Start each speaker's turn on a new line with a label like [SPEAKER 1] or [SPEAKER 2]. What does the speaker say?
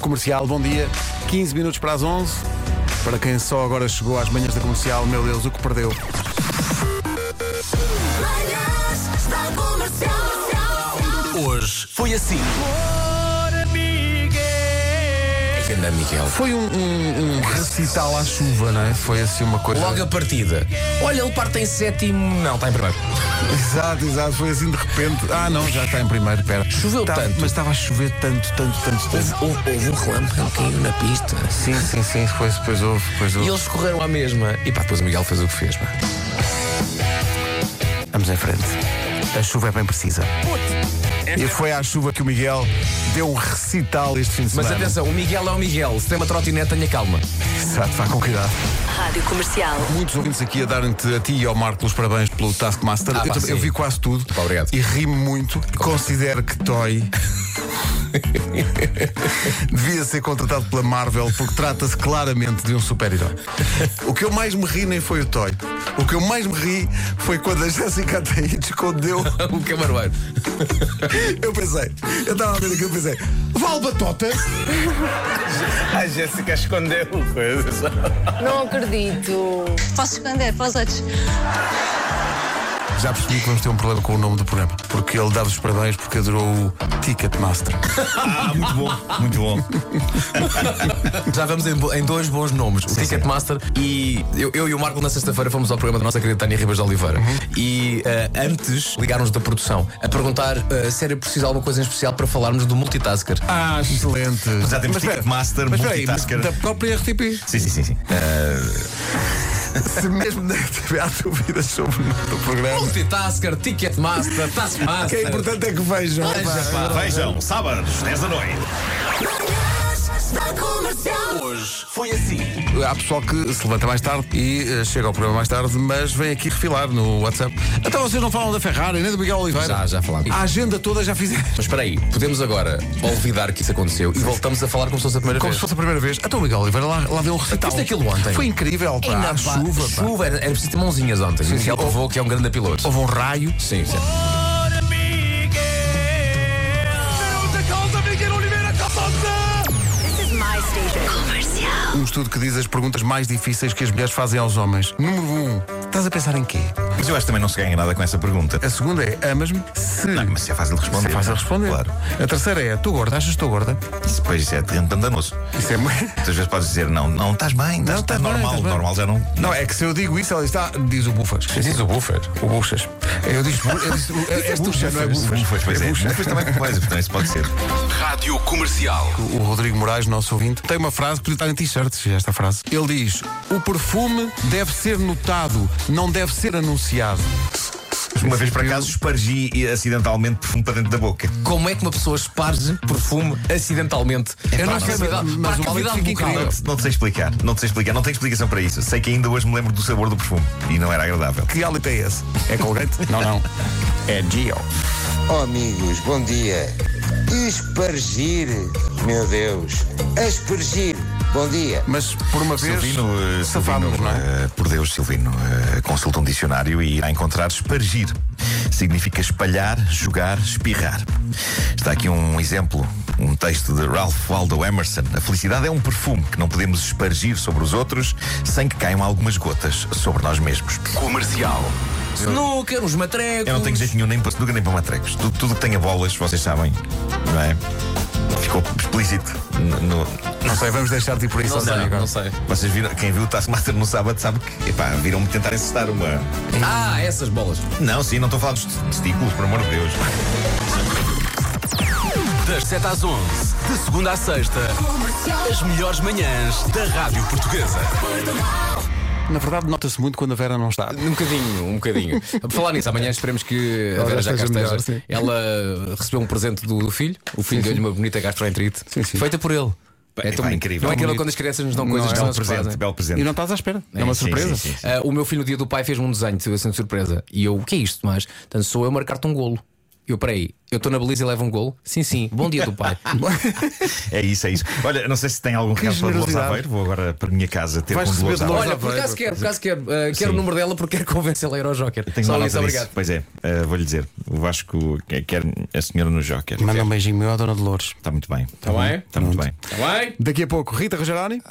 [SPEAKER 1] Comercial, bom dia. 15 minutos para as 11. Para quem só agora chegou às manhãs da comercial, meu Deus, o que perdeu?
[SPEAKER 2] Manhãs da Comercial.
[SPEAKER 3] Hoje foi assim. Ganda Miguel.
[SPEAKER 1] Foi um, um- um recital à chuva, não é? Foi assim uma coisa.
[SPEAKER 3] Logo a partida. Olha, ele parte em sétimo. Não, está em primeiro.
[SPEAKER 1] Exato, exato, foi assim de repente. Ah, não, já está em primeiro, pera.
[SPEAKER 3] Choveu
[SPEAKER 1] Tá-
[SPEAKER 3] tanto.
[SPEAKER 1] Mas estava a chover tanto, tanto, tanto, tanto.
[SPEAKER 3] Houve, houve- houve um relâmpago que caiu na pista.
[SPEAKER 1] Sim, sim, sim, depois, depois houve, depois
[SPEAKER 3] E
[SPEAKER 1] houve.
[SPEAKER 3] eles correram à mesma. E pá, depois o Miguel fez o que fez, pá.
[SPEAKER 1] Vamos em frente. A chuva é bem precisa. E foi à chuva que o Miguel deu um recital este fim de
[SPEAKER 3] Mas
[SPEAKER 1] semana.
[SPEAKER 3] atenção, o Miguel é o Miguel. Se tem uma trotinete, tenha calma.
[SPEAKER 1] Exato, vá com cuidado.
[SPEAKER 2] Rádio Comercial.
[SPEAKER 1] Muitos ouvintes aqui a darem-te a ti e ao Marco os parabéns pelo Taskmaster.
[SPEAKER 3] Ah,
[SPEAKER 1] eu,
[SPEAKER 3] pá,
[SPEAKER 1] também- eu
[SPEAKER 3] sim.
[SPEAKER 1] vi quase tudo.
[SPEAKER 3] Pá, obrigado.
[SPEAKER 1] E rimo muito. Considero que Toy devia ser contratado pela Marvel porque trata-se claramente de um super-herói. O que eu mais me ri nem foi o Toy. O que eu mais me ri foi quando a Jessica Ataíde escondeu.
[SPEAKER 3] o camaroeiro.
[SPEAKER 1] Eu pensei, eu estava a ver aquilo e pensei, Valba Tota!
[SPEAKER 4] A Jéssica escondeu coisas.
[SPEAKER 5] Não acredito.
[SPEAKER 6] Posso esconder para os outros.
[SPEAKER 1] Já percebi que vamos ter um problema com o nome do programa, porque ele dava os parabéns porque adorou o Ticketmaster.
[SPEAKER 4] Ah, muito bom, muito bom.
[SPEAKER 3] Já vamos em, bo- em dois bons nomes: o Ticketmaster e eu, eu e o Marco na sexta-feira fomos ao programa da nossa querida Tânia Ribas de Oliveira.
[SPEAKER 1] Uhum.
[SPEAKER 3] E eh, antes ligaram-nos da produção a perguntar eh, se era preciso alguma coisa em especial para falarmos do multitasker.
[SPEAKER 1] Ah, excelente.
[SPEAKER 4] já temos
[SPEAKER 1] espera,
[SPEAKER 4] Ticketmaster,
[SPEAKER 1] mas espera aí,
[SPEAKER 4] multitasker.
[SPEAKER 1] mas Da própria RTP.
[SPEAKER 4] Sim, sim, sim. sim.
[SPEAKER 1] Se mesmo da RTP há dúvidas sobre o nome do programa.
[SPEAKER 3] Multitasker, Ticketmaster, Taskmaster.
[SPEAKER 1] Que é importante é que vejam.
[SPEAKER 3] Veja,
[SPEAKER 1] pá.
[SPEAKER 3] pá.
[SPEAKER 4] Vejam, sábados, 10 da noite.
[SPEAKER 2] Manhãs da Comercial.
[SPEAKER 1] Há pessoal que se levanta mais tarde e eh, chega ao programa mais tarde, mas vem aqui refilar no WhatsApp. Então vocês não falam da Ferrari nem do Miguel Oliveira?
[SPEAKER 3] Já, já falámos.
[SPEAKER 1] A agenda toda já fizeram.
[SPEAKER 3] Mas espera aí, podemos agora olvidar que isso aconteceu e voltamos a falar como se fosse a primeira
[SPEAKER 1] Como
[SPEAKER 3] vez.
[SPEAKER 1] se fosse a primeira vez. Então o Miguel Oliveira lá, lá deu um recital.
[SPEAKER 3] Viste aquilo ontem?
[SPEAKER 1] Foi incrível, pá.
[SPEAKER 3] Ainda
[SPEAKER 1] a
[SPEAKER 3] pá,
[SPEAKER 1] chuva, pá.
[SPEAKER 3] Ah, chuva, era, era preciso ter mãozinhas ontem. Sim, Miguel provou que é um grande piloto.
[SPEAKER 1] Houve um raio.
[SPEAKER 3] Sim, sim.
[SPEAKER 1] Um estudo que diz as perguntas mais difíceis que as mulheres fazem aos homens. Número 1. Um, estás a pensar em quê?
[SPEAKER 4] Mas eu acho que também não se ganha nada com essa pergunta.
[SPEAKER 1] A segunda é amas-me? Se.
[SPEAKER 4] Não, mas se é fácil de responder.
[SPEAKER 1] Isso é fácil de responder.
[SPEAKER 4] Claro.
[SPEAKER 1] A terceira é, tu gorda, achas que estou gorda?
[SPEAKER 4] Isso depois é terreno danoso.
[SPEAKER 1] Isso é muito...
[SPEAKER 4] Muitas vezes podes dizer, não, não, estás bem, estás,
[SPEAKER 1] estás bem,
[SPEAKER 4] normal,
[SPEAKER 1] estás bem.
[SPEAKER 4] normal já não.
[SPEAKER 1] Não, é que se eu digo isso, ela diz, ah, diz o bufas.
[SPEAKER 3] Diz o Buffer.
[SPEAKER 1] O buchas. Eu disse, bu- eu disse é, é bucha, não é bufas.
[SPEAKER 4] Pois, pois
[SPEAKER 1] é
[SPEAKER 4] é. Mas
[SPEAKER 1] bucha.
[SPEAKER 4] depois também coisa, portanto, isso pode ser.
[SPEAKER 7] Rádio Comercial.
[SPEAKER 1] O Rodrigo Moraes, nosso ouvinte, tem uma frase que podia estar em t-shirts, esta frase. Ele diz, o perfume deve ser notado, não deve ser anunciado.
[SPEAKER 4] Uma vez por acaso espargi e, acidentalmente perfume para dentro da boca.
[SPEAKER 3] Como é que uma pessoa esparge perfume acidentalmente?
[SPEAKER 1] Eu não sei,
[SPEAKER 3] cavidade-
[SPEAKER 1] É mas- mas
[SPEAKER 3] para a
[SPEAKER 1] o óleo
[SPEAKER 3] cavidade
[SPEAKER 1] fica
[SPEAKER 3] bucal.
[SPEAKER 1] incrível.
[SPEAKER 4] Não te sei explicar, não te sei explicar, não tenho explicação para isso. Sei que ainda hoje me lembro do sabor do perfume e não era agradável.
[SPEAKER 1] Que hálito é esse? É Colgate? não, não. É Gio.
[SPEAKER 8] Oh, amigos, bom dia. Espargir, meu Deus. Aspergir, bom dia.
[SPEAKER 1] Mas por uma vez,
[SPEAKER 4] Silvino, eh,
[SPEAKER 1] safámos,
[SPEAKER 4] Silvino,
[SPEAKER 1] não é?
[SPEAKER 4] eh, por Deus, Silvino, eh, consulta um dicionário e irá encontrar espargir. Significa espalhar, jogar, espirrar. Está aqui um exemplo, um texto de Ralph Waldo Emerson. A felicidade é um perfume que não podemos espargir sobre os outros sem que caiam algumas gotas sobre nós mesmos.
[SPEAKER 7] Comercial.
[SPEAKER 3] Snooker, uns matrecos.
[SPEAKER 4] Eu não tenho jeito nenhum nem para snooker nem para matrecos. Tudo, tudo que tenha bolas, vocês sabem, não é? Ficou explícito. no- no-
[SPEAKER 1] Não sei, vamos deixar de ir por isso.
[SPEAKER 3] Não sei,
[SPEAKER 1] António,
[SPEAKER 3] não,
[SPEAKER 1] agora.
[SPEAKER 3] sei.
[SPEAKER 4] vocês viram, quem viu o Taskmaster no sábado sabe que epá, viram-me tentar encestar uma.
[SPEAKER 1] Hum.
[SPEAKER 3] Ah, essas bolas.
[SPEAKER 4] Não, sim, não estou a falar dos testículos, por amor de Deus.
[SPEAKER 7] Das 7 às 11, de segunda à sexta, as melhores manhãs da Rádio Portuguesa.
[SPEAKER 1] Na verdade, nota-se muito quando a Vera não está.
[SPEAKER 3] Um bocadinho, um bocadinho. Por falar nisso, amanhã esperemos que a
[SPEAKER 1] Ela
[SPEAKER 3] Vera
[SPEAKER 1] já
[SPEAKER 3] já cá
[SPEAKER 1] esteja
[SPEAKER 3] esteja.
[SPEAKER 1] melhor, sim.
[SPEAKER 3] Ela recebeu um presente do, do filho. O filho deu-lhe uma bonita gastroenterite.
[SPEAKER 1] Sim, sim.
[SPEAKER 3] Feita por ele.
[SPEAKER 4] Bem,
[SPEAKER 3] tão
[SPEAKER 4] pá,
[SPEAKER 3] bonito.
[SPEAKER 4] incrível.
[SPEAKER 3] Não é aquilo
[SPEAKER 1] Bonito.
[SPEAKER 3] quando as crianças nos dão coisas
[SPEAKER 1] Não, é
[SPEAKER 3] que não
[SPEAKER 4] Belo
[SPEAKER 3] nos
[SPEAKER 4] presente,
[SPEAKER 3] fazem.
[SPEAKER 4] belo presente.
[SPEAKER 1] E não estás à espera. É, uma
[SPEAKER 4] Sim,
[SPEAKER 1] surpresa.
[SPEAKER 4] sim, sim, sim.
[SPEAKER 3] Ah, o meu filho, no dia do pai, fez-me um desenho assim, de surpresa. E eu, o que é isto, mas? Portanto, sou eu a marcar-te um golo. E Eu, peraí, eu estou na Belize e levo um gol? Sim, sim. Bom dia do pai.
[SPEAKER 4] É isso, é isso. Olha, não sei se tem algum caso para Dolores
[SPEAKER 1] generosidade.
[SPEAKER 4] Aveiro. Vou agora para a minha casa ter
[SPEAKER 1] Vais
[SPEAKER 4] com
[SPEAKER 1] receber
[SPEAKER 4] Dolores Aveiro.
[SPEAKER 1] Dolores
[SPEAKER 3] Olha, por acaso quero, por acaso quero. eh,
[SPEAKER 4] Sim.
[SPEAKER 3] quero o número dela porque quero convencê-la a ir ao Joker.
[SPEAKER 4] Tenho
[SPEAKER 3] Só
[SPEAKER 4] uma
[SPEAKER 3] isso,
[SPEAKER 4] nota disso.
[SPEAKER 3] obrigado.
[SPEAKER 4] Pois é, eh, vou-lhe dizer. O Vasco quer- quer a senhora no Joker.
[SPEAKER 1] Manda um beijinho meu à Dona Dolores.
[SPEAKER 4] Está muito bem. Está
[SPEAKER 3] bem?
[SPEAKER 4] Está muito bem.
[SPEAKER 3] Está bem?
[SPEAKER 1] Daqui a pouco, Rita Rogeroni.